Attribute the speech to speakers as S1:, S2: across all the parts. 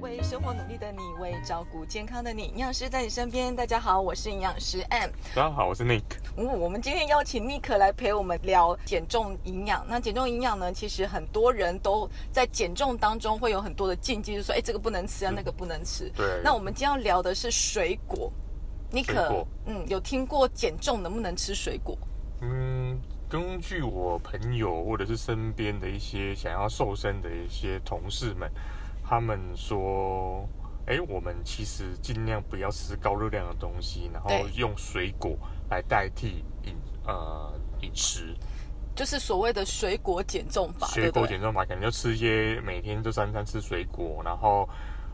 S1: 为生活努力的你，为照顾健康的你，营养师在你身边。大家好，我是营养师 M。
S2: 大家好，我是 Nick。
S1: 嗯，我们今天邀请 Nick 来陪我们聊减重营养。那减重营养呢，其实很多人都在减重当中会有很多的禁忌，就是说，哎，这个不能吃啊，那个不能吃。
S2: 对
S1: 那我们今天要聊的是水果。Nick，
S2: 水果
S1: 嗯，有听过减重能不能吃水果？
S2: 嗯，根据我朋友或者是身边的一些想要瘦身的一些同事们，他们说，哎，我们其实尽量不要吃高热量的东西，然后
S1: 对
S2: 用水果来代替饮呃饮食。
S1: 就是所谓的水果减重法，
S2: 水果
S1: 对
S2: 减重法可能就吃一些每天就三餐吃水果，然后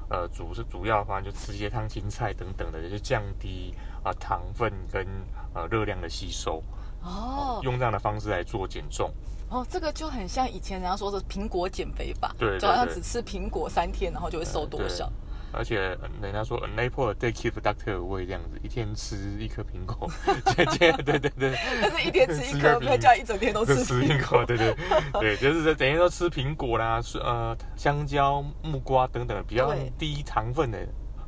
S2: 呃主是主要的话就吃一些烫青菜等等的，就是降低啊、糖分跟呃热量的吸收。
S1: 不对哦
S2: 用这样的方式来做减重。
S1: 哦，这个就很像以前人家说的苹果减肥法，
S2: 对对
S1: 就好像
S2: 对
S1: 只吃苹果三天，然后就会瘦多少。
S2: 而且呃人家说 an apple a day keep the doctor away 这样子，一天吃一颗 苹果，对对对对对，
S1: 但是一天吃一
S2: 吃
S1: 颗，
S2: 个
S1: 不要
S2: 苹
S1: 叫一整天都
S2: 就
S1: 吃
S2: 吃
S1: 苹
S2: 苹
S1: 果。
S2: 果，对对对，就是等于说吃苹果啦，是呃香蕉、木瓜等等比较
S1: 对
S2: 低糖分的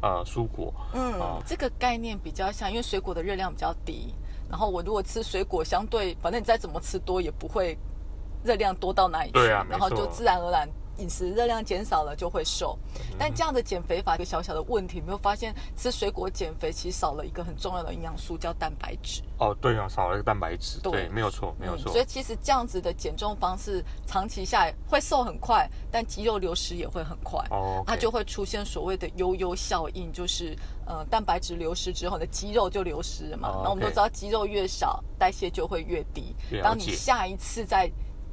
S2: 呃蔬果，
S1: 嗯
S2: 哦，
S1: 这个概念比较像，因为水果的热量比较低，然后我如果吃水果，相对反正你再怎么吃多也不会热量多到哪里去，
S2: 对啊没
S1: 然后就
S2: 错
S1: 自然而然。饮食热量减少了就会瘦，
S2: 嗯
S1: 但这样的减肥法有个小小的问题，有没有发现吃水果减肥其实少了一个很重要的营养素，叫蛋白质。
S2: 哦对啊，少了一个蛋白质，
S1: 对
S2: 对，没有错，没有
S1: 嗯
S2: 错
S1: 所，以其实这样子的减重方式，长期下来会瘦很快，但肌肉流失也会很快。
S2: 哦，
S1: 它就会出现所谓的悠悠效应，就是呃蛋白质流失之后，你的肌肉就流失了嘛。
S2: 哦
S1: 那、我们都
S2: OK
S1: 知道，肌肉越少，代谢就会越低
S2: 了。
S1: 当你
S2: 解
S1: 下一次再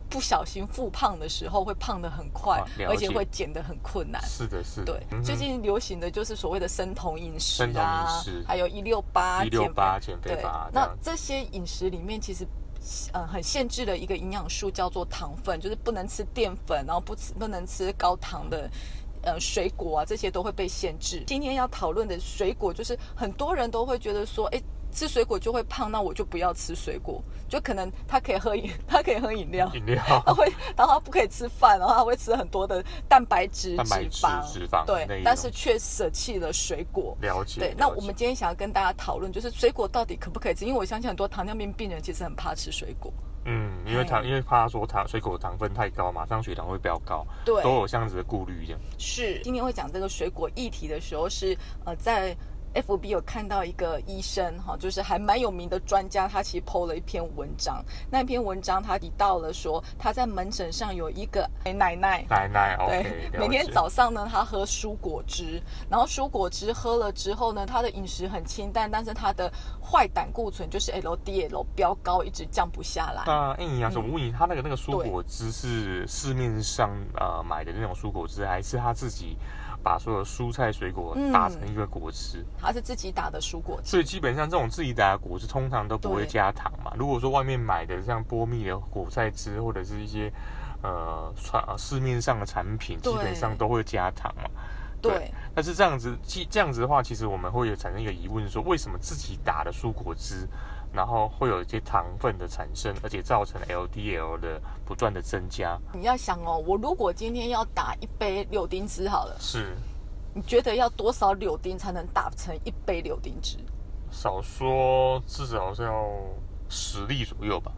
S1: 不小心复胖的时候，会胖得很快，
S2: 啊了
S1: 而且
S2: 解
S1: 会减得很困难。
S2: 是的，是的，
S1: 对，
S2: 嗯哼
S1: 最近流行的就是所谓的生酮饮食
S2: 生酮
S1: 啊
S2: 饮，食
S1: 还有一六八
S2: 168减肥法这
S1: 那
S2: 样
S1: 这些饮食里面其实。呃，很限制的一个营养素叫做糖分，就是不能吃淀粉，然后不吃不能吃高糖的，呃，水果啊，这些都会被限制。今天要讨论的水果，就是很多人都会觉得说，哎，吃水果就会胖，那我就不要吃水果，就可能他可以喝饮， 他可以喝饮料，
S2: 饮料
S1: 他会，然后他不可以吃饭，然后他会吃很多的蛋白质、
S2: 蛋白质脂肪
S1: 对
S2: 类的，
S1: 但是却舍弃了水果。
S2: 了解，
S1: 对，那
S2: 了
S1: 我们
S2: 解
S1: 今天想要跟大家讨论，就是水果到底可不可以吃？因为我相信很多糖尿病病人其实很怕吃水果。
S2: 嗯，因为糖，
S1: 哎
S2: 因为怕说糖水果糖分太高，马上血糖会飙高，
S1: 对
S2: 都有这样子的顾虑这样。
S1: 是，今天会讲这个水果议题的时候是，呃，在 FB 有看到一个医生哈、就是还蛮有名的专家，他其实 PO 了一篇文章。那篇文章他提到了说，他在门诊上有一个奶奶，
S2: 奶奶，OK，
S1: 对，
S2: 了
S1: 每天
S2: 解
S1: 早上呢，他喝蔬果汁，然后蔬果汁喝了之后呢，他的饮食很清淡，但是他的坏胆固醇就是 LDL 飙高，一直降不下来。
S2: 那哎，营养师，我问你，他那个那个蔬
S1: 对
S2: 果汁是市面上呃买的那种蔬果汁，还是他自己把所有蔬菜水果
S1: 嗯
S2: 打成一个果汁？
S1: 他是自己打的蔬果汁，
S2: 所以基本上这种自己打的果汁通常都不会
S1: 对
S2: 加糖嘛。如果说外面买的像波蜜的果菜汁，或者是一些呃传呃市面上的产品，基
S1: 对
S2: 本上都会加糖嘛。
S1: 对，
S2: 但是这样子，其这样子的话，其实我们会有产生一个疑问，说为什么自己打的蔬果汁，然后会有一些糖分的产生，而且造成 LDL 的不断的增加？
S1: 你要想哦，我如果今天要打一杯柳丁汁好了，
S2: 是，
S1: 你觉得要多少柳丁才能打成一杯柳丁汁？
S2: 少说至少是要十粒左右吧。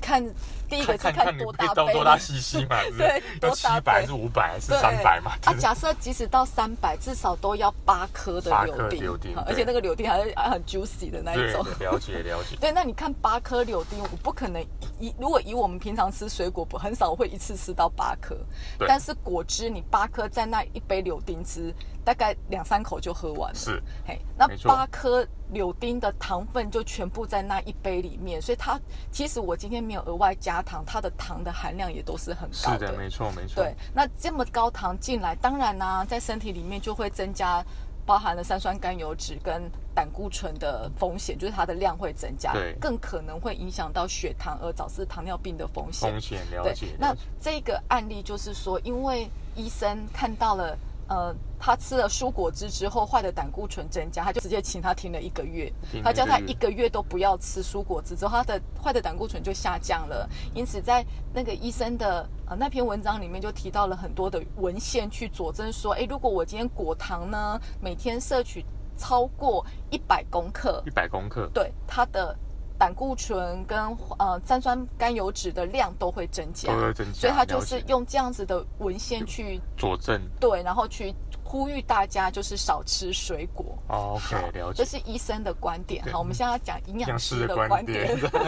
S1: 看第一个是
S2: 看看你
S1: 多
S2: 可以
S1: 大
S2: 到
S1: 杯，
S2: 多大吸 吸嘛，是不是
S1: 对
S2: 要
S1: 多
S2: 七
S1: 大
S2: 百
S1: 杯
S2: 还是五百还是
S1: 对
S2: 三百嘛？
S1: 啊
S2: 就，是
S1: 假设即使到三百，至少都要八颗的
S2: 八
S1: 柳
S2: 颗
S1: 丁，
S2: 柳丁
S1: 啊
S2: 对
S1: 而且那个柳丁还是啊很 juicy 的那一
S2: 对，
S1: 种。
S2: 了解了解。
S1: 对，那你看八颗柳丁，我不可能以如果以我们平常吃水果，不很少会一次吃到八颗，
S2: 对
S1: 但是果汁你八颗在那一杯柳丁汁，大概两三口就喝完了。
S2: 是，
S1: 嘿，那
S2: 没错
S1: 八颗柳丁的糖分就全部在那一杯里面，所以它即使我今天没有额外加糖，它的糖的含量也都是很高
S2: 是的，没错没错
S1: 对。，那这么高糖进来，当然呢、啊在身体里面就会增加包含了三酸甘油脂跟胆固醇的风险，就是它的量会增加
S2: 对，
S1: 更可能会影响到血糖而导致糖尿病的风险
S2: 风。险了
S1: 对
S2: 解。，
S1: 那
S2: 了解
S1: 这个案例就是说，因为医生看到了。呃，他吃了蔬果汁之后，坏的胆固醇增加，他就直接请他停了一个月
S2: 停。
S1: 他
S2: 了一
S1: 叫
S2: 个
S1: 他
S2: 月
S1: 一个月都不要吃蔬果汁，之后他的坏的胆固醇就下降了。因此，在那个医生的呃那篇文章里面就提到了很多的文献去佐证说，诶，如果我今天果糖呢每天摄取超过一百公克
S2: 一，百公克，
S1: 对它的胆固醇跟呃三酸甘油脂的量都会增加
S2: 都。会增加，
S1: 啊所以他就
S2: 了解
S1: 是用这样子的文献去
S2: 佐证。
S1: 对，然后去呼吁大家就是少吃水果。
S2: 哦
S1: 好
S2: OK，了
S1: 这
S2: 解。
S1: 是医生的观点。
S2: 对
S1: 好，我们现在要讲营
S2: 营
S1: 养
S2: 养
S1: 师
S2: 师
S1: 的
S2: 的
S1: 观
S2: 观
S1: 点
S2: 点。，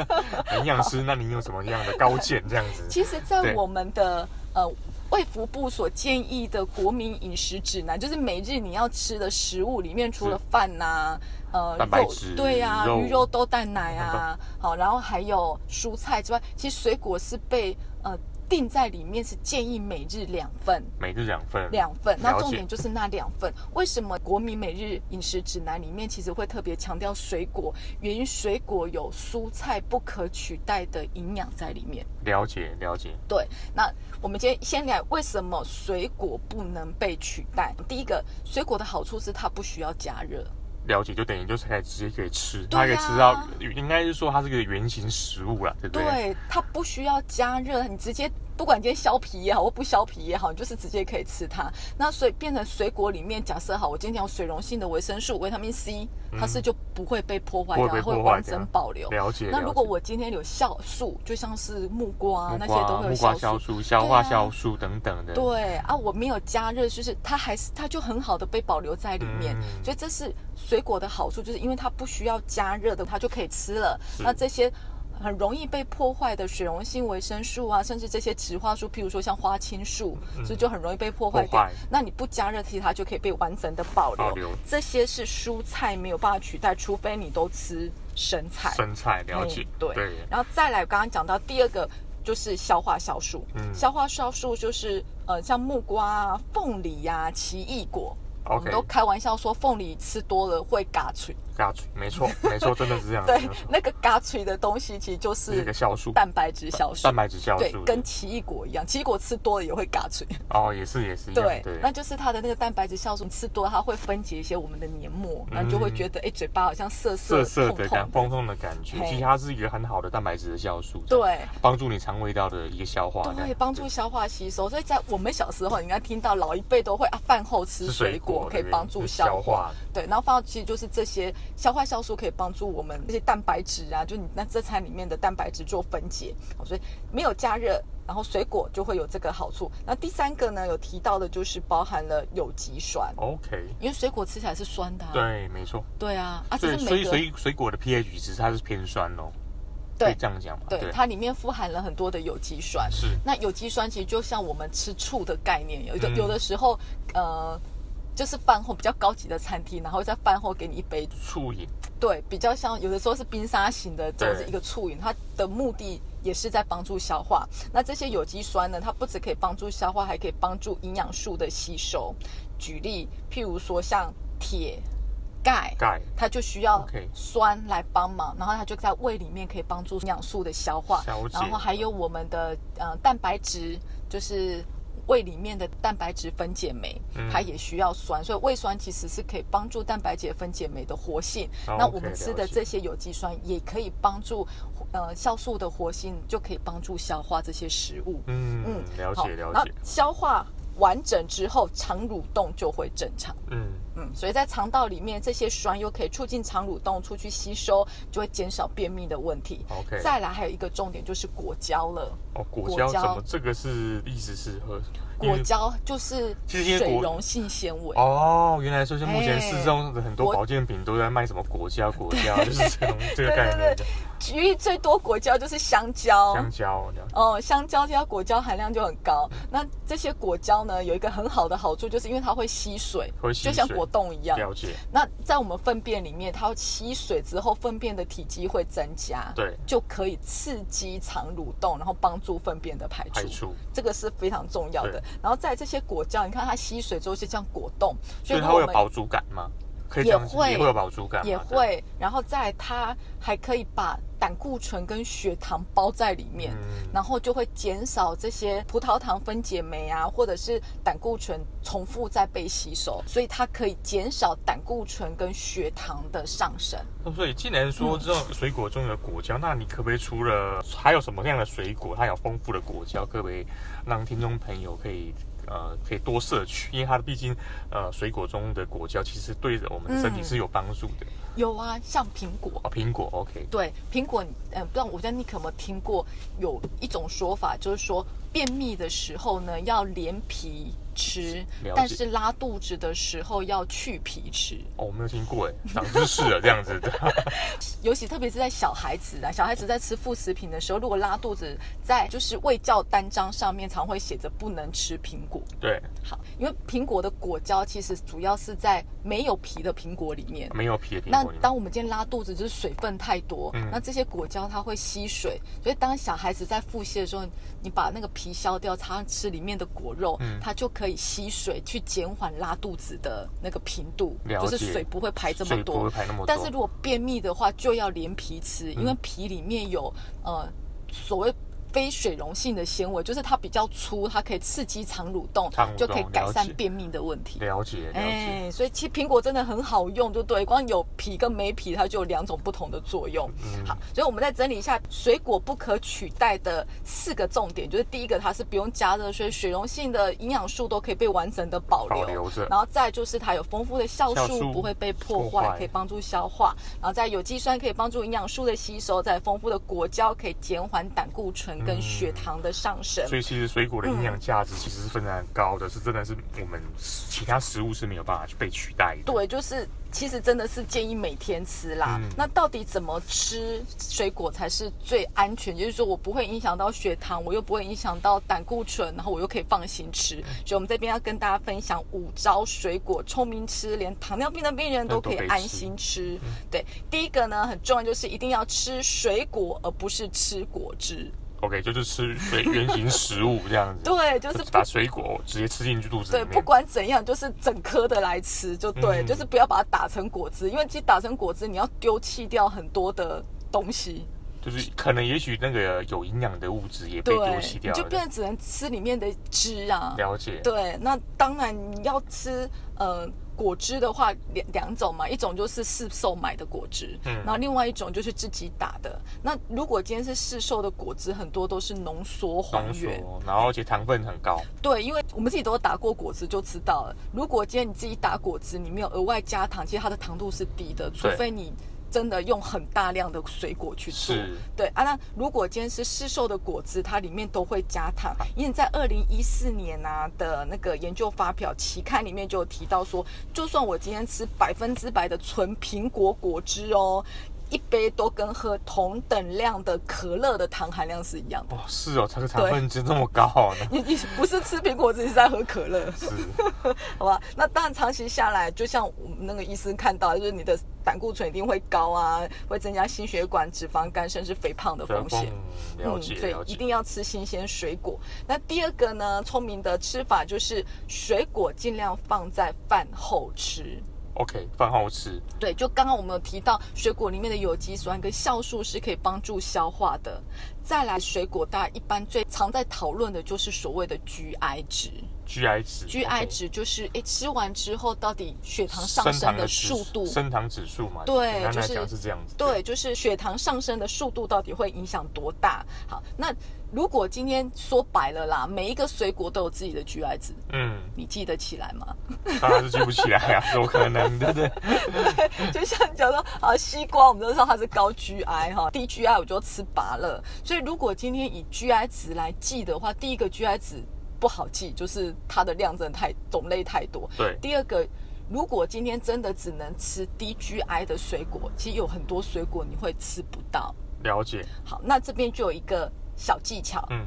S2: 营养师，那你有什么样的高见？这样子，
S1: 其实，在
S2: 对
S1: 我们的呃卫福部所建议的国民饮食指南，就是每日你要吃的食物里面，除了饭呐、呃，
S2: 蛋白
S1: 肉
S2: 质
S1: 对呀、
S2: 肉
S1: 鱼肉豆蛋奶啊，好，然后还有蔬菜之外，其实水果是被呃定在里面，是建议每日两份。
S2: 每日两份，
S1: 两份，那
S2: 了
S1: 重
S2: 解
S1: 点就是那两份。为什么国民每日饮食指南里面其实会特别强调水果？原因水果有蔬菜不可取代的营养在里面。
S2: 了解了解，
S1: 对，那我们今天先来为什么水果不能被取代？第一个，水果的好处是它不需要加热。
S2: 了解，就等于就是可以直接可以吃，
S1: 对
S2: 它
S1: 啊
S2: 可以吃到，应该是说它是个圆形食物啦，对不对？
S1: 对，它不需要加热，你直接不管今天削皮也好，或不削皮也好，你就是直接可以吃它。那所以变成水果里面，假设好，我今天讲水溶性的维生素维他命 C，它是就不会被破坏
S2: 嗯不
S1: 掉，
S2: 会被
S1: 它会
S2: 破
S1: 完
S2: 坏掉
S1: 整保留。
S2: 了解。
S1: 那
S2: 了
S1: 如果
S2: 解
S1: 我今天有酵素，就像是木瓜啊
S2: 木
S1: 那些
S2: 瓜、
S1: 都会有
S2: 木瓜
S1: 酵
S2: 酵
S1: 素。
S2: 素、消
S1: 对
S2: 化
S1: 啊
S2: 酵素等等的，
S1: 对啊，我没有加热，就是它还是它就很好的被保留在里面，
S2: 嗯
S1: 所以这是水果的好处，就是因为它不需要加热的，它就可以吃了。
S2: 是
S1: 那这些很容易被破坏的水溶性维生素啊，甚至这些植化素，譬如说像花青素，所以就很容易被破坏
S2: 嗯破
S1: 掉
S2: 坏。
S1: 那你不加热，其实它就可以被完整的保留。
S2: 保留
S1: 这些是蔬菜没有办法取代，除非你都吃生菜。
S2: 生菜了
S1: 嗯
S2: 解，
S1: 对然后再来，刚刚讲到第二个就是消化酵素，
S2: 嗯
S1: 消化酵素就是呃像木瓜啊、凤梨呀、奇异果。我们
S2: OK
S1: 都开玩笑说凤梨吃多了会嘎嘴，
S2: 嘎嘴，没错，没错，真的是这样子，
S1: 对
S2: 啊没，错
S1: 那个嘎嘴的东西其实就
S2: 这是一个
S1: 是
S2: 酵素，
S1: 蛋白质酵素
S2: 蛋，白质酵
S1: 对
S2: 素，，
S1: 跟奇异果一样，奇异果吃多了也会嘎嘴，
S2: 哦，也是也是一样，
S1: 对
S2: 对，，
S1: 那就是它的那个蛋白质酵素，你吃多了它会分解一些我们的黏膜，那你就会觉得哎嘴巴好像涩
S2: 涩
S1: 涩
S2: 嗯涩
S1: 痛
S2: 的
S1: 痛
S2: 感，，痛痛的感觉，
S1: 嘿
S2: 其实它是一个很好的蛋白质的酵素，这样，
S1: 对，
S2: 帮助你肠胃道的一个消化，这样
S1: 对，帮助消化吸收。所以在我们小时候，你应该听到老一辈都会啊，饭后吃
S2: 吃
S1: 水
S2: 水
S1: 果
S2: 果
S1: 可以
S2: 对
S1: 帮助
S2: 是
S1: 消
S2: 消
S1: 化
S2: 化。
S1: 对，然后放到其实就是这些消化酵素可以帮助我们这些蛋白质啊，就你那这餐里面的蛋白质做分解。好，所以没有加热，然后水果就会有这个好处。那第三个呢，有提到的就是包含了有机酸。
S2: OK，
S1: 因为水果吃起来是酸的、啊，
S2: 哦对，没错，
S1: 对啊，啊，这
S2: 对，
S1: 是
S2: 所
S1: 每
S2: 以
S1: 个
S2: 水水果的 pH 值它是偏酸哦，可以
S1: 对
S2: 这样讲嘛，
S1: 对，它里面富含了很多的有机酸，
S2: 是
S1: 那有机酸其实就像我们吃醋的概念，有的、
S2: 嗯
S1: 有的时候，呃，就是饭后比较高级的餐厅，然后在饭后给你一杯，
S2: 醋饮，
S1: 对，比较像有的时候是冰沙型的，这
S2: 对
S1: 种是一个醋饮，它的目的也是在帮助消化。那这些有机酸呢，它不只可以帮助消化，还可以帮助营养素的吸收。举例，譬如说像铁、钙。
S2: 钙
S1: 它就需要
S2: OK
S1: 酸来帮忙，然后它就在胃里面可以帮助营养素的消化
S2: 消，解
S1: 然后还有我们的呃蛋白质，就是胃里面的蛋白质分解酶，
S2: 嗯
S1: 它也需要酸，所以胃酸其实是可以帮助蛋白质分解酶的活性。
S2: 哦
S1: 那
S2: OK，
S1: 我们吃的
S2: 了解
S1: 这些有机酸也可以帮助呃酵素的活性，就可以帮助消化这些食物。
S2: 嗯，了
S1: 好
S2: 解了
S1: 那
S2: 解，
S1: 消化完整之后，肠蠕动就会正常。
S2: 嗯。
S1: 嗯，所以在肠道里面，这些酸又可以促进肠蠕动出去吸收，就会减少便秘的问题。
S2: OK
S1: 再来还有一个重点就是果胶了，
S2: 哦，果
S1: 果
S2: 胶怎
S1: 胶
S2: 么？这个是意思是喝因
S1: 果
S2: 为
S1: 胶就是
S2: 其实因为
S1: 水
S2: 果
S1: 溶性纤维。
S2: 哦，原来就是目前
S1: 哎
S2: 市中的很多
S1: 果
S2: 保健品都在卖什么果胶，果胶就是这种这个
S1: 对
S2: 概
S1: 对
S2: 念的。
S1: 举例最多果胶就是香蕉。
S2: 香蕉，了解
S1: 哦，香蕉加果胶含量就很高。那这些果胶呢，有一个很好的好处，就是因为它会吸水，
S2: 会吸
S1: 就像
S2: 水
S1: 果冻一样。
S2: 了解，
S1: 那在我们粪便里面，它吸水之后，粪便的体积会增加，
S2: 对
S1: 就可以刺激肠蠕动，然后帮助粪便的排出。
S2: 排除，
S1: 这个是非常重要的
S2: 对。
S1: 然后在这些果胶，你看它吸水之后是像果冻，
S2: 所以
S1: 如
S2: 它
S1: 果
S2: 会
S1: 我
S2: 有
S1: 们
S2: 饱足感吗？可以这
S1: 也
S2: 样子
S1: 会
S2: 也会有饱足感嘛，
S1: 也
S2: 对
S1: 会，然后再来它还可以把胆固醇跟血糖包在里面，
S2: 嗯
S1: 然后就会减少这些葡萄糖分解酶啊，或者是胆固醇重复在被吸收，所以它可以减少胆固醇跟血糖的上升。
S2: 那所以，既然
S1: 嗯
S2: 说这种水果中有果胶，那你可不可以除了还有什么样的水果，它有丰富的果胶，可不可以让听众朋友可以呃可以多摄取？因为它毕竟呃水果中的果胶其实对我们的身体
S1: 嗯
S2: 是有帮助的。
S1: 有啊，像苹果，
S2: 哦，苹果 OK，
S1: 对苹果，嗯，不知道我不知道你可没有听过有一种说法，就是说便秘的时候呢要连皮吃
S2: 了解，
S1: 但是拉肚子的时候要去皮吃。
S2: 哦，我没有听过哎，长知识了这样子 的。
S1: 尤其特别是在小孩子啊，小孩子在吃副食品的时候，如果拉肚子，在就是卫教单张上面常会写着不能吃苹果。
S2: 对，
S1: 好，因为苹果的果胶其实主要是在没有皮的苹果里面。
S2: 没有皮的苹
S1: 那
S2: 果里面。
S1: 当我们今天拉肚子，就是水分太多，
S2: 嗯
S1: 那这些果胶它会吸水，所以当小孩子在腹泻的时候，你把那个皮削掉，他吃里面的果肉，
S2: 嗯
S1: 它就可以吸水，去减缓拉肚子的那个频度，
S2: 了
S1: 就
S2: 解
S1: 是水不会排这
S2: 所以
S1: 么
S2: 不
S1: 多
S2: 会。排那么多。嗯
S1: 但是如果便秘的话，就要连皮吃，因为皮里面有呃所谓非水溶性的纤维，就是它比较粗，它可以刺激肠蠕动，
S2: 肠蠕动
S1: 就可以改
S2: 了
S1: 善
S2: 解
S1: 便秘的问题。
S2: 了解了解，
S1: 哎，所以其实苹果真的很好用，就对，光有皮跟没皮，它就有两种不同的作用。
S2: 嗯
S1: 好，所以我们再整理一下水果不可取代的四个重点，就是第一个，它是不用加热，所以水溶性的营养素都可以被完整的保留。
S2: 保留着
S1: 然后再就是它有丰富的酵
S2: 酵
S1: 素，
S2: 素
S1: 不会被破
S2: 破
S1: 坏，
S2: 坏
S1: 可以帮助消化。然后再有机酸可以帮助营养素的吸收，再丰富的果胶可以减缓胆固醇
S2: 嗯
S1: 跟血糖的上升。
S2: 所以其实水果的营
S1: 嗯
S2: 养价值其实是非常高的，是真的是我们其他食物是没有办法去被取代的。
S1: 对，就是其实真的是建议每天吃啦。
S2: 嗯
S1: 那到底怎么吃水果才是最安全？就是说我不会影响到血糖，我又不会影响到胆固醇，然后我又可以放心吃。所以我们这边要跟大家分享五招水果聪明吃，连糖尿病的病人都可以安心吃。嗯对，第一个呢很重要，就是一定要吃水果，而不是吃果汁。
S2: OK，就是吃水原型食物这样子。
S1: 对，就是
S2: 就
S1: 不
S2: 把水果直接吃进去肚子里
S1: 对，
S2: 面。
S1: 不管怎样，就是整颗的来吃就对，
S2: 嗯
S1: 就是不要把它打成果汁，因为其实打成果汁你要丢弃掉很多的东西，
S2: 就是可能也许那个有营养的物质也被
S1: 对
S2: 丢弃，
S1: 你
S2: 掉
S1: 就
S2: 了。
S1: 变成只能吃里面的汁啊。
S2: 了解，
S1: 对，那当然你要吃呃果汁的话，两两种嘛，一种就是市售买的果汁，
S2: 嗯
S1: 然后另外一种就是自己打的。那如果今天是市售的果汁，很多都是浓缩还
S2: 浓缩
S1: 原，，
S2: 然后而且糖分很高，
S1: 对，因为我们自己都有打过果汁就知道了。如果今天你自己打果汁，你没有额外加糖，其实它的糖度是低的，除
S2: 对
S1: 非你真的用很大量的水果去做。
S2: 是
S1: 对啊，那如果今天是市售的果汁，它里面都会加糖，
S2: 啊
S1: 因为在二零一四年啊的那个研究发表期刊里面就有提到说，就算我今天吃百分之百的纯苹果果汁哦，一杯都跟喝同等量的可乐的糖含量是一样的。
S2: 哇，是哦，它的糖分值这么高呢，
S1: 你你不是吃苹果汁，你是在喝可乐。
S2: 是
S1: 好吧？那当然，长期下来，就像我们那个医生看到，就是你的胆固醇一定会高啊，会增加心血管、脂肪肝，甚至肥胖的 风险。
S2: 对了解
S1: 所以
S2: 了
S1: 一
S2: 解，
S1: 定要吃新鲜水果。那第二个呢，聪明的吃法就是水果尽量放在饭后吃。
S2: OK，饭后吃，
S1: 对，就刚刚我们有提到，水果里面的有机酸跟酵素是可以帮助消化的。再来，水果大家一般最常在讨论的就是所谓的 GI 值。
S2: GI 值
S1: GI
S2: ，OK
S1: 值就是诶，吃完之后到底血糖上
S2: 升
S1: 升
S2: 糖
S1: 的
S2: 的指
S1: 速度，
S2: 升糖指数嘛，
S1: 对
S2: 简单
S1: 就
S2: 来
S1: 是
S2: 讲是这样子，
S1: 对，就是血糖上升的速度到底会影响多大？好，那如果今天说白了啦，每一个水果都有自己的 GI 值，
S2: 嗯，
S1: 你记得起来吗？
S2: 当然是记不起来啊， 有可能，对不对？
S1: 就像你讲到啊，西瓜我们都知道它是高 GI 哈，低 GI 我就吃拔了。所以如果今天以 GI 值来记的话，第一个 GI 值不好记，就是它的量真的太种类太多。
S2: 对，
S1: 第二个，如果今天真的只能吃低 GI 的水果，其实有很多水果你会吃不到。
S2: 了解，
S1: 好，那这边就有一个小技巧。
S2: 嗯，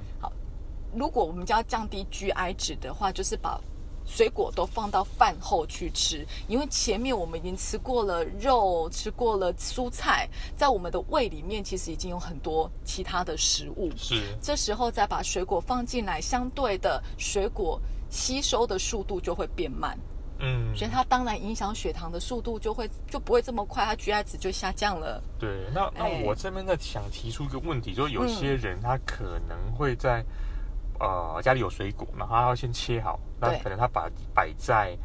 S1: 如果我们就要降低 GI 值的话，就是把水果都放到饭后去吃，因为前面我们已经吃过了肉，吃过了蔬菜，在我们的胃里面其实已经有很多其他的食物。
S2: 是
S1: 这时候再把水果放进来，相对的水果吸收的速度就会变慢。
S2: 嗯，
S1: 所以它当然影响血糖的速度就会就不会这么快，它 GI 值就下降了。
S2: 对，那那
S1: 哎嗯
S2: 我这边在想提出一个问题，就是有些人他可能会在、呃家里有水果，然后他要先切好，那
S1: 对
S2: 可能他把摆在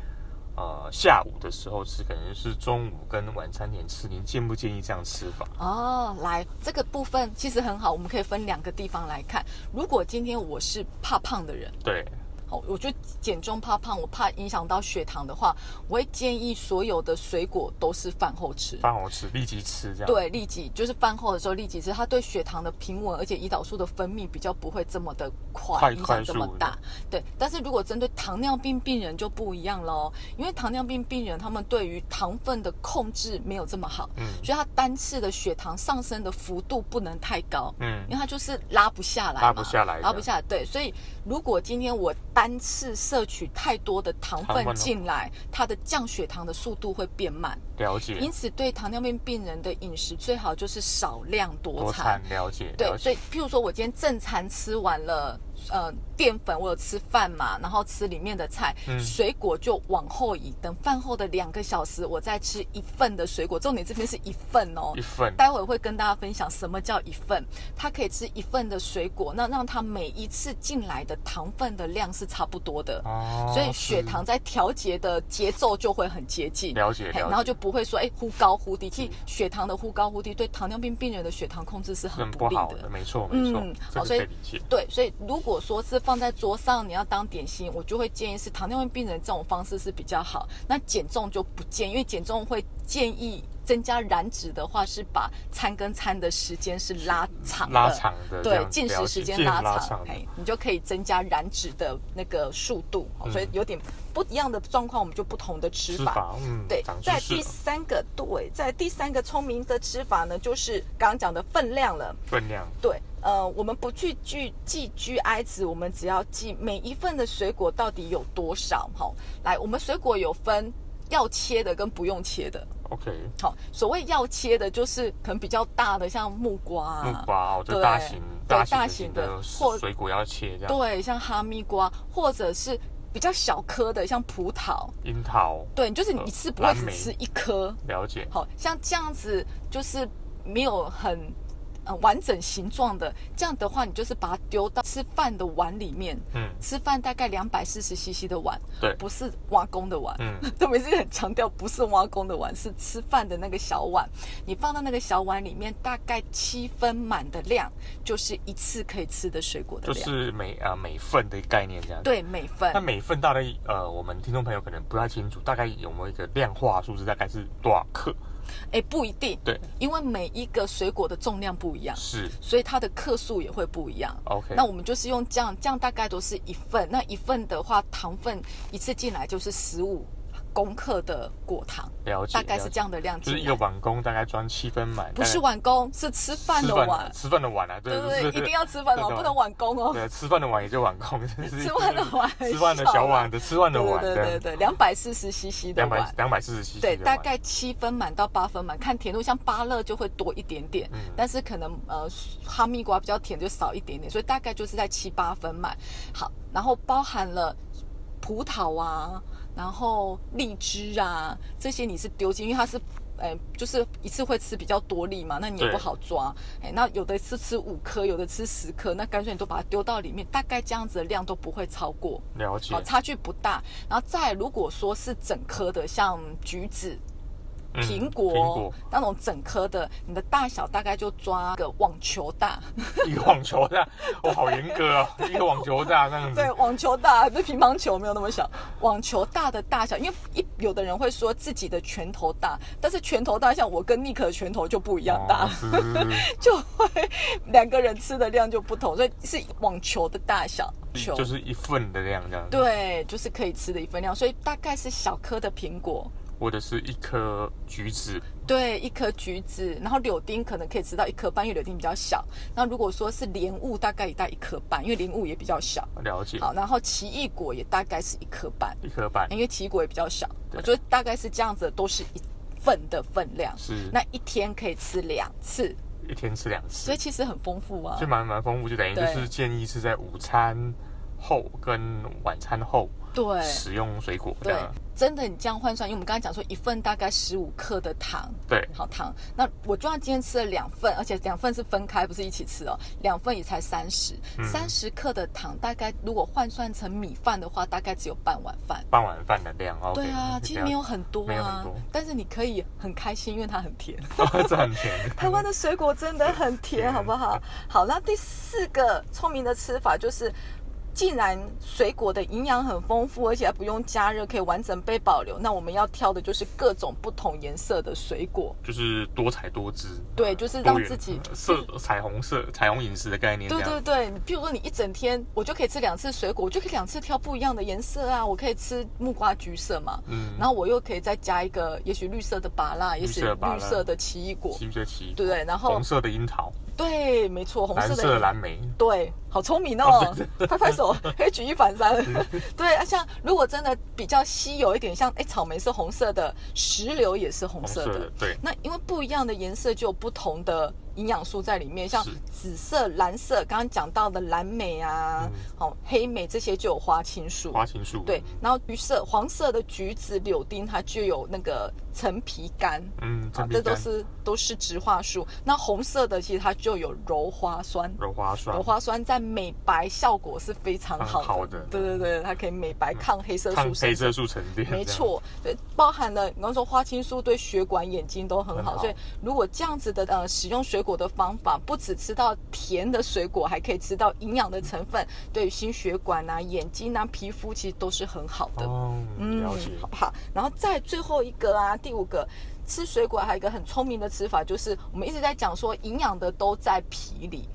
S2: 呃下午的时候吃，可能是中午跟晚餐前吃。您建不建议这样吃法？
S1: 哦，来这个部分其实很好，我们可以分两个地方来看。如果今天我是怕胖的人，
S2: 对，
S1: 好，我就减重怕胖，我怕影响到血糖的话，我会建议所有的水果都是饭后吃。
S2: 饭后吃，立即吃这样。，
S1: 对，立即就是饭后的时候立即吃，它对血糖的平稳，而且胰岛素的分泌比较不会这么的快，
S2: 快
S1: 影
S2: 快
S1: 响这么
S2: 速的
S1: 大。对，但是如果针对糖尿病病人就不一样喽，因为糖尿病病人他们对于糖分的控制没有这么好，
S2: 嗯
S1: 所以他单次的血糖上升的幅度不能太高。
S2: 嗯
S1: 因为它就是拉不下来嘛，
S2: 拉不下来的
S1: 拉不下来。对，所以如果今天我单次摄取太多的糖
S2: 糖分哦
S1: 分进来，它的降血糖的速度会变慢。
S2: 了解
S1: 因，此，对糖尿病病人的饮食最好就是少量多
S2: 多
S1: 餐
S2: 餐。了解，
S1: 对
S2: 了，
S1: 所
S2: 解
S1: 以，譬如说我今天正餐吃完了，呃，淀粉我有吃饭嘛，然后吃里面的菜，
S2: 嗯
S1: 水果就往后移，等饭后的两个小时，我再吃一份的水果。重点这边是一份哦
S2: 一，份
S1: 待会会跟大家分享什么叫一份，它可以吃一份的水果，那让它每一次进来的糖分的量是差不多的，
S2: 哦
S1: 所以血
S2: 是
S1: 糖在调节的节奏就会很接近。
S2: 了解
S1: 嘿
S2: 了
S1: 然后
S2: 解，
S1: 就不会说哎忽高忽低，其实血糖的忽高忽低对糖尿病病人的血糖控制是很
S2: 很
S1: 不
S2: 不
S1: 利
S2: 好
S1: 的
S2: 的，。没错没错
S1: 嗯，
S2: 这
S1: 好
S2: 个
S1: 所
S2: 可
S1: 以
S2: 以理解。
S1: 对，所以如果说是放在桌上你要当点心，我就会建议是糖尿病病人这种方式是比较好。那减重就不建议，因为减重会建议增加燃脂的话是把餐跟餐的时间是拉长的，
S2: 拉长的这
S1: 对
S2: 样，子
S1: 进
S2: 了
S1: 食时
S2: 解
S1: 间
S2: 进
S1: 拉
S2: 拉
S1: 长
S2: 长，的
S1: 哎，你就可以增加燃脂的那个速度。好所以有点不一样的状况，我们就不同的吃
S2: 嗯吃
S1: 法。
S2: 法，嗯，
S1: 对
S2: 长，知
S1: 在
S2: 识
S1: 第
S2: 了
S1: 三个对，在第三个聪明的吃法呢，就是刚刚讲的分量了。
S2: 分量。
S1: 对，呃，我们不去记记 GI 值，我们只要记每一份的水果到底有多少。好，来，我们水果有分要切的跟不用切的。
S2: OK，
S1: 好，所谓要切的，就是可能比较大的，像木瓜、啊、
S2: 木瓜哦，这
S1: 对
S2: 大型
S1: 对
S2: 大
S1: 大
S2: 型
S1: 型
S2: 的
S1: 的
S2: 水
S1: 或
S2: 水果要切这样，
S1: 对，像哈密瓜，或者是比较小颗的，像葡萄。
S2: 樱桃
S1: 对，就是你一次不会
S2: 呃蓝莓
S1: 只吃一颗，
S2: 了解，
S1: 好像这样子就是没有很呃完整形状的，这样的话你就是把它丢到吃饭的碗里面，
S2: 嗯，
S1: 吃饭大概两百四十 CC 的碗，
S2: 对，
S1: 不是挖工的碗。
S2: 嗯，
S1: 特别是很强调，不是挖工的碗，是吃饭的那个小碗。你放到那个小碗里面，大概七分满的量，就是一次可以吃的水果的
S2: 就
S1: 量。
S2: 是每啊、每份的概念这样。，
S1: 对，每份
S2: 那每份大概呃，我们听众朋友可能不太清楚，大概有没有一个量化数字，大概是多少克？
S1: 哎不一定，
S2: 对，
S1: 因为每一个水果的重量不一样，
S2: 是
S1: 所以它的克数也会不一样。
S2: OK，
S1: 那我们就是用这样，这样大概都是一份。那一份的话，糖分一次进来就是十五公克的果糖，
S2: 了解，
S1: 大概是
S2: 了解
S1: 这样的量
S2: 就是
S1: 进
S2: 一个
S1: 来。
S2: 碗公大概装七分满，
S1: 不是
S2: 大概
S1: 碗公，是吃饭的碗，
S2: 吃饭的碗啊，对
S1: 对对
S2: 对
S1: 对，一定要吃饭
S2: 对
S1: 哦，
S2: 对
S1: 不能碗公哦。
S2: 对，吃饭的碗也就碗公，吃
S1: 吃饭的碗
S2: 吃饭的小碗的，吃饭的
S1: 对
S2: 碗
S1: 对
S2: 的，
S1: 对对，两百四十 CC 的
S2: 两百
S1: 碗，
S2: 两百四十七，
S1: 对，大概七分满到八分满，看甜度，像芭乐就会多一点点，
S2: 嗯
S1: 但是可能呃哈密瓜比较甜就少一点点，所以大概就是在七八分满。好，然后包含了葡萄啊，然后荔枝啊这些你是丢进，因为它是。呃，就是一次会吃比较多粒嘛，那你也
S2: 对
S1: 不好抓。哎，那有的是吃五颗，有的吃十颗，那干脆你都把它丢到里面，大概这样子的量都不会超过。
S2: 了解嗯
S1: 好，，哦差距不大。然后再来如果说是整颗的，像橘子、
S2: 嗯
S1: 苹果,、
S2: 苹果
S1: 那种整颗的，你的大小大概就抓个网球大，
S2: 一个网球大，我好严格哦，一个网球大这样 子
S1: 对，，网球大，不是乒乓球没有那么小，网球大的大小，因为一有的人会说自己的拳头大，但是拳头大，像我跟尼克的拳头就不一样大，
S2: 哦是是是
S1: 就会两个人吃的量就不同，所以是网球的大小。
S2: 是，嗯就是一份的量这样，，
S1: 对，就是可以吃的一份量，所以大概是小颗的苹果，
S2: 或者是一颗橘子，
S1: 对，一颗橘子，然后柳丁可能可以吃到一颗半，因为柳丁比较小。那如果说是莲雾，大概也带一颗半，因为莲雾也比较小。
S2: 了解，
S1: 好，然后奇异果也大概是一颗半，
S2: 一颗半
S1: 因为奇异果也比较小。
S2: 对
S1: 我觉得大概是这样子，都是一份的分量。
S2: 是，
S1: 那一天可以吃两次，
S2: 一天吃两
S1: 所
S2: 次
S1: 以，其实很丰富啊
S2: 就。蛮蛮丰富，就等于就
S1: 对
S2: 是建议是在午餐后跟晚餐后
S1: 对
S2: 食用水果这
S1: 对
S2: 样。，
S1: 真的你这样换算，因为我们刚才讲说一份大概十五克的糖，
S2: 对，
S1: 好糖，那我就算今天吃了两份，而且两份是分开，不是一起吃哦，两份也才三十、
S2: 嗯
S1: 0三十克的糖，大概如果换算成米饭的话，大概只有半碗饭。
S2: 傍晚饭的量，OK，哦
S1: 对啊，其实 没有很多
S2: 没有
S1: 啊
S2: 很多，
S1: 但是你可以很开心，因为它很 甜。
S2: 这很甜的。
S1: 台湾的水果真的很甜，
S2: 甜
S1: 好不 好？好，那第四个聪明的吃法就是，既然水果的营养很丰富，而且还不用加热，可以完整被保留，那我们要挑的就是各种不同颜色的水果。
S2: 就是多彩多姿，
S1: 对
S2: 呃
S1: 就是让
S2: 多元
S1: 自己
S2: 呃色彩虹色彩虹饮食的概念，
S1: 对
S2: 这
S1: 对
S2: 样
S1: 对，譬如说你一整天，我就可以吃两次水果，我就可以两次挑不一样的颜色啊，我可以吃木瓜橘色嘛，
S2: 嗯
S1: 然后我又可以再加一个，也许绿色的芭乐，也许
S2: 绿色的芭乐
S1: 绿色的奇异果，
S2: 西不奇，
S1: 对不对？然后
S2: 红色的樱桃，
S1: 对，没错，红
S2: 蓝
S1: 色
S2: 色
S1: 的
S2: 的蓝莓，
S1: 对，好聪明 哦，拍拍 手，可以举一反三。
S2: 嗯
S1: 对，啊，像如果真的比较稀有一点，像哎草莓是红色的，石榴也是红
S2: 红
S1: 色
S2: 色
S1: 的
S2: 的。，对，
S1: 那因为不一样的颜色就有不同的营养素在里面，像
S2: 是
S1: 紫色、蓝色，刚刚讲到的蓝莓啊，哦黑莓这些就有花青素。
S2: 嗯花青素，
S1: 对，，然后橘色、黄色的橘子、柳丁，它就有那个陈皮苷。
S2: 嗯，
S1: 啊
S2: 陈，皮
S1: 这都
S2: 柑
S1: 是都是植化素。那红色的其实它就有柔花酸，
S2: 柔花酸
S1: 柔，花酸在美白效果是非常好的，
S2: 很好的嗯
S1: 对对对，它可以美白抗黑色
S2: 抗
S1: 素
S2: 黑
S1: 生成。
S2: 色素沉淀，
S1: 没错，对，包含了你刚说花青素对血管、眼睛都很
S2: 很
S1: 好，
S2: 好
S1: 所以如果这样子的呃使用水果的方法，不只吃到甜的水果，还可以吃到营养的成分，对于心血管啊、眼睛啊、皮肤其实都是很好
S2: 这
S1: 的。
S2: 样，哦，了解，
S1: 嗯好不好？然后再最后一个啊，第五个，吃水果还有一个很聪明的吃法，就是我们一直在讲说营养的都在皮里，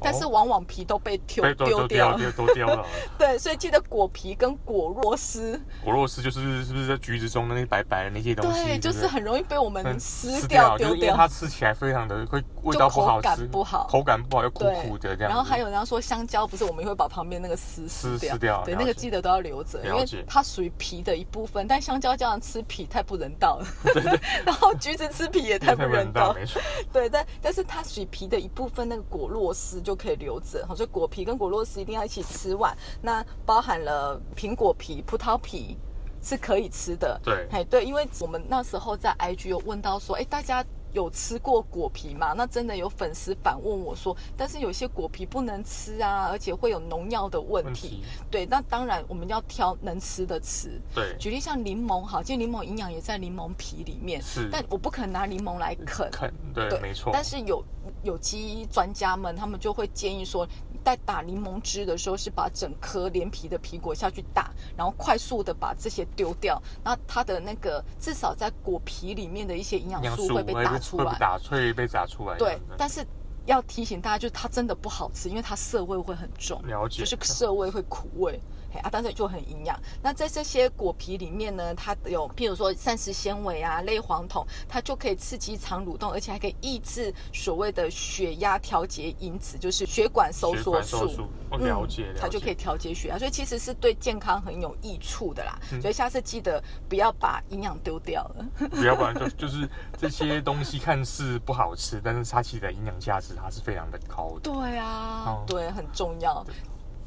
S1: 但是往往皮都被丢
S2: 哦被都
S1: 丢
S2: 都
S1: 掉
S2: 掉
S1: 了。
S2: 掉都掉了。
S1: 对，所以记得果皮跟果肉丝，
S2: 果肉丝就是是不是在橘子中那些白白的那些东西？
S1: 对，就是
S2: 不
S1: 很容易被我们
S2: 嗯
S1: 撕
S2: 撕
S1: 掉
S2: 掉，
S1: 丢
S2: 就是因为
S1: 掉。
S2: 它吃起来非常的会味
S1: 就
S2: 道不
S1: 口
S2: 好吃，
S1: 感不好
S2: 口感不好又苦
S1: 对
S2: 苦的这样
S1: 然
S2: 子。
S1: 后还有人家说香蕉，不是我们也会把旁边那个丝
S2: 撕
S1: 掉，
S2: 撕掉
S1: 对，
S2: 了
S1: 那个
S2: 解
S1: 记得都要留着，因为
S2: 了解
S1: 它属于皮的一部分。但香蕉这样吃皮太不人 道了， 然后橘子吃皮也太不
S2: 太
S1: 人
S2: 人
S1: 道
S2: 道，。 没错，
S1: 对，但但是它水皮的一部分那个果肉丝就可以留着，好，所以果皮跟果肉丝一定要一起吃完。那包含了苹果皮、葡萄皮是可以吃的。
S2: 对
S1: 哎对，因为我们那时候在 IG 有问到说，哎，大家。有吃过果皮吗？那真的有粉丝反问我说，但是有些果皮不能吃啊，而且会有农药的问
S2: 问
S1: 题
S2: 题
S1: 对，那当然我们要挑能吃的吃。
S2: 对，
S1: 举例像柠檬好，其实柠檬营养也在柠檬皮里面，
S2: 是
S1: 但我不可能拿柠檬来啃，
S2: 啃，对，没错。
S1: 但是有有机专家们，他们就会建议说，你在打柠檬汁的时候，是把整颗连皮的苹果下去打，然后快速的把这些丢掉。那它的那个至少在果皮里面的一些营
S2: 营
S1: 养
S2: 养
S1: 素
S2: 素
S1: 会被
S2: 会
S1: 打出
S2: 会被
S1: 来。
S2: 打会被打出来嗯这
S1: 对
S2: 样子。，
S1: 但是要提醒大家，就是它真的不好吃，因为它涩味会很重。
S2: 了解
S1: 就是涩味会苦味，嘿啊，但是就很营养。那在这些果皮里面呢，它有譬如说膳食纤维啊、类黄酮，它就可以刺激肠蠕动，而且还可以抑制所谓的血压调节因子，就是血管收
S2: 血
S1: 缩
S2: 管收
S1: 素。
S2: 缩，哦
S1: 嗯
S2: 了解，了解
S1: 它就可以调节血压，所以其实是对健康很有益处的啦。
S2: 嗯
S1: 所以下次记得不要把营养丢掉了。
S2: 不要不然就就是这些东西看似不好吃，但是它其实的营养价值它是非常的高的。
S1: 对啊，
S2: 哦
S1: 对，很重要。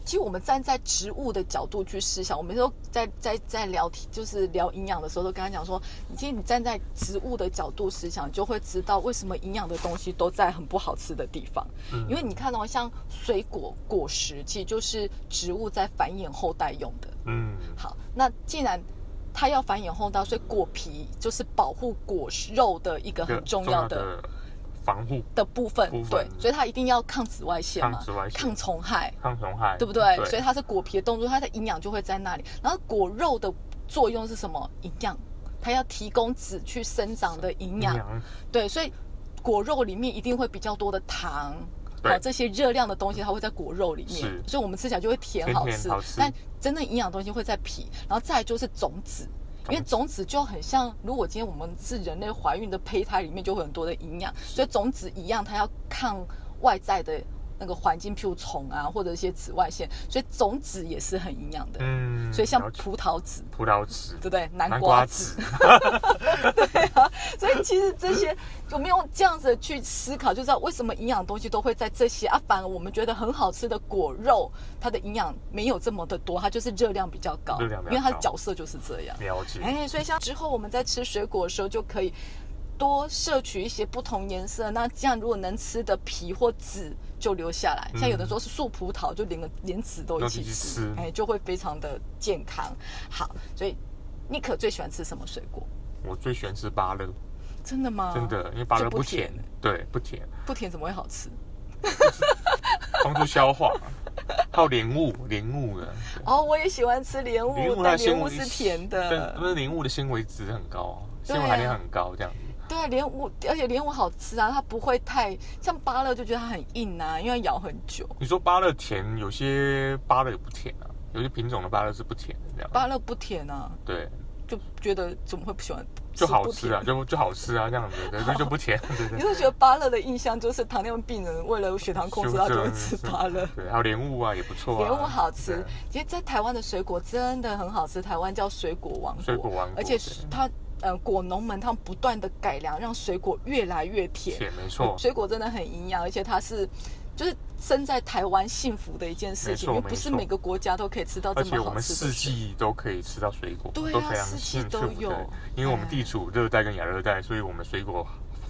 S1: 其实我们站在植物的角度去思想，我们都在在在聊天，就是聊营养的时候，都跟他讲说，你其实你站在植物的角度思想，就会知道为什么营养的东西都在很不好吃的地方。
S2: 嗯
S1: 因为你看到、哦、像水果果实，其实就是植物在繁衍后代用的。
S2: 嗯，
S1: 好，那既然它要繁衍后代，所以果皮就是保护果肉的一个
S2: 一个
S1: 很重
S2: 重要
S1: 要的
S2: 的防护
S1: 的部分，
S2: 部分
S1: 对，所以它一定要抗紫外线嘛，
S2: 抗紫外线
S1: 抗虫害，
S2: 抗虫害，
S1: 对不对？所以它是果皮的动作，它的营养就会在那里。然后果肉的作用是什么？营养，它要提供籽去生长的营
S2: 营
S1: 养，
S2: 养
S1: 对，所以果肉里面一定会比较多的糖。
S2: 对
S1: 好，这些热量的东西它会在果肉里面
S2: 是，
S1: 所以我们吃起来就会甜
S2: 甜
S1: 好
S2: 甜
S1: 吃。
S2: 好吃
S1: 但真正营养的东西会在皮，然后再来就是种子，因为种子就很像，如果今天我们是人类怀孕的胚胎里面就会有很多的营养，所以种子一样，它要抗外在的那个环境，譬如虫啊，或者一些紫外线，所以种子也是很营养的。
S2: 嗯，
S1: 所以像
S2: 了解
S1: 葡萄籽，
S2: 葡萄籽、
S1: 对不对？南
S2: 南
S1: 瓜
S2: 瓜
S1: 籽
S2: 籽，，
S1: 所以其实这些我们用这样子去思考，就知道为什么营养的东西都会在这些啊，反而我们觉得很好吃的果肉，它的营养没有这么的多，它就是热量比较高，
S2: 热量比较
S1: 因为它的
S2: 高
S1: 角色就是这样。
S2: 了解。
S1: 哎，所以像之后我们在吃水果的时候，就可以多摄取一些不同颜色。那这样如果能吃的皮或籽就留下来，像有的
S2: 嗯
S1: 时候是素葡萄，就连个连籽都一
S2: 都
S1: 起
S2: 一起
S1: 吃
S2: 吃，
S1: 哎，就会非常的健康。好，所以尼克最喜欢吃什么水果？
S2: 我最喜欢吃芭乐，
S1: 真的吗？
S2: 真的，因为芭
S1: 这
S2: 乐
S1: 哦不
S2: 不甜
S1: 甜，
S2: 对，不甜，
S1: 不甜怎么会好吃？
S2: 帮助消化嘛。还有莲雾，莲雾的，
S1: 哦，我也喜欢吃莲雾，
S2: 莲雾它
S1: 哦但
S2: 的
S1: 莲
S2: 纤
S1: 雾
S2: 维
S1: 是甜
S2: 但呃不
S1: 的。
S2: 是莲雾的纤维值很高啊，
S1: 对啊
S2: 纤维含量很高，这样
S1: 对啊，莲雾，而且莲雾好吃啊，它不会太像芭乐，就觉得它很硬啊，因为要咬很久。
S2: 你说芭乐甜，有些芭乐也不甜啊，有些品种的芭乐是不甜的，这样
S1: 芭乐不甜啊，
S2: 对，
S1: 就觉得怎么会不喜欢
S2: 就好
S1: 不
S2: 吃
S1: 甜
S2: 啊，就就好吃啊，这样子， 对，就就不甜，对
S1: 你
S2: 对。
S1: 是不是觉得芭乐的印象就是糖尿病人为了血糖控制，他就会吃芭乐。
S2: 对，还有莲雾啊，也不错啊，
S1: 莲雾好吃
S2: 对，
S1: 其实，在台湾的水果真的很好吃，台湾叫水果王国，
S2: 水果王国
S1: 而且
S2: 对
S1: 它呃果农们他们不断的改良，让水果越来越甜。
S2: 甜没错，
S1: 水果真的很营养，而且它是就是生在台湾幸福的一件事情，
S2: 没
S1: 因
S2: 错
S1: 为不是
S2: 没错
S1: 每个国家都可以吃到
S2: 而
S1: 这
S2: 且
S1: 么
S2: 我
S1: 好
S2: 们
S1: 吃的
S2: 四
S1: 水
S2: 季都可以吃到水果，
S1: 对啊
S2: 都非常
S1: 四季
S2: 幸
S1: 都
S2: 福
S1: 有
S2: 的。因为我们地处热带跟亚热带，所以我们水果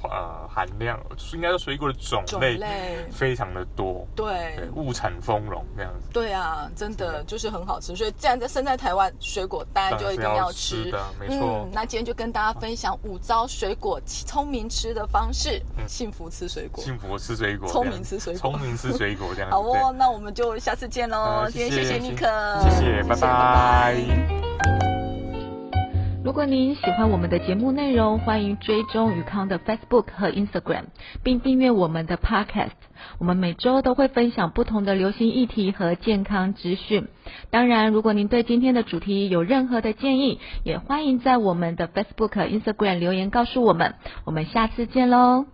S2: 呃含量应该说水果的种
S1: 种
S2: 类
S1: 类。
S2: 非常的多，
S1: 对
S2: 对，物产丰隆这样子。
S1: 对啊，真
S2: 是
S1: 的
S2: 的
S1: 就是很好吃，所以既然在生在台湾，水果大家
S2: 当
S1: 就
S2: 然
S1: 一
S2: 是
S1: 定
S2: 要
S1: 吃。
S2: 吃的，没错
S1: 嗯，。那今天就跟大家分享五招水果聪明吃的方式，
S2: 嗯
S1: 幸福吃水果。
S2: 幸福吃水果，
S1: 聪
S2: 这样
S1: 明吃水果
S2: 聪明吃水果这样子。
S1: 好
S2: 对
S1: 哦，那我们就下次见喽。
S2: 好
S1: 今天谢
S2: 谢
S1: 谢
S2: 谢
S1: 尼克，
S2: 谢谢，拜拜。
S3: 如果您喜欢我们的节目内容，欢迎追踪宇康的 Facebook 和 Instagram，并订阅我们的 Podcast。我们每周都会分享不同的流行议题和健康资讯。当然，如果您对今天的主题有任何的建议，也欢迎在我们的 Facebook、Instagram 留言告诉我们。我们下次见喽！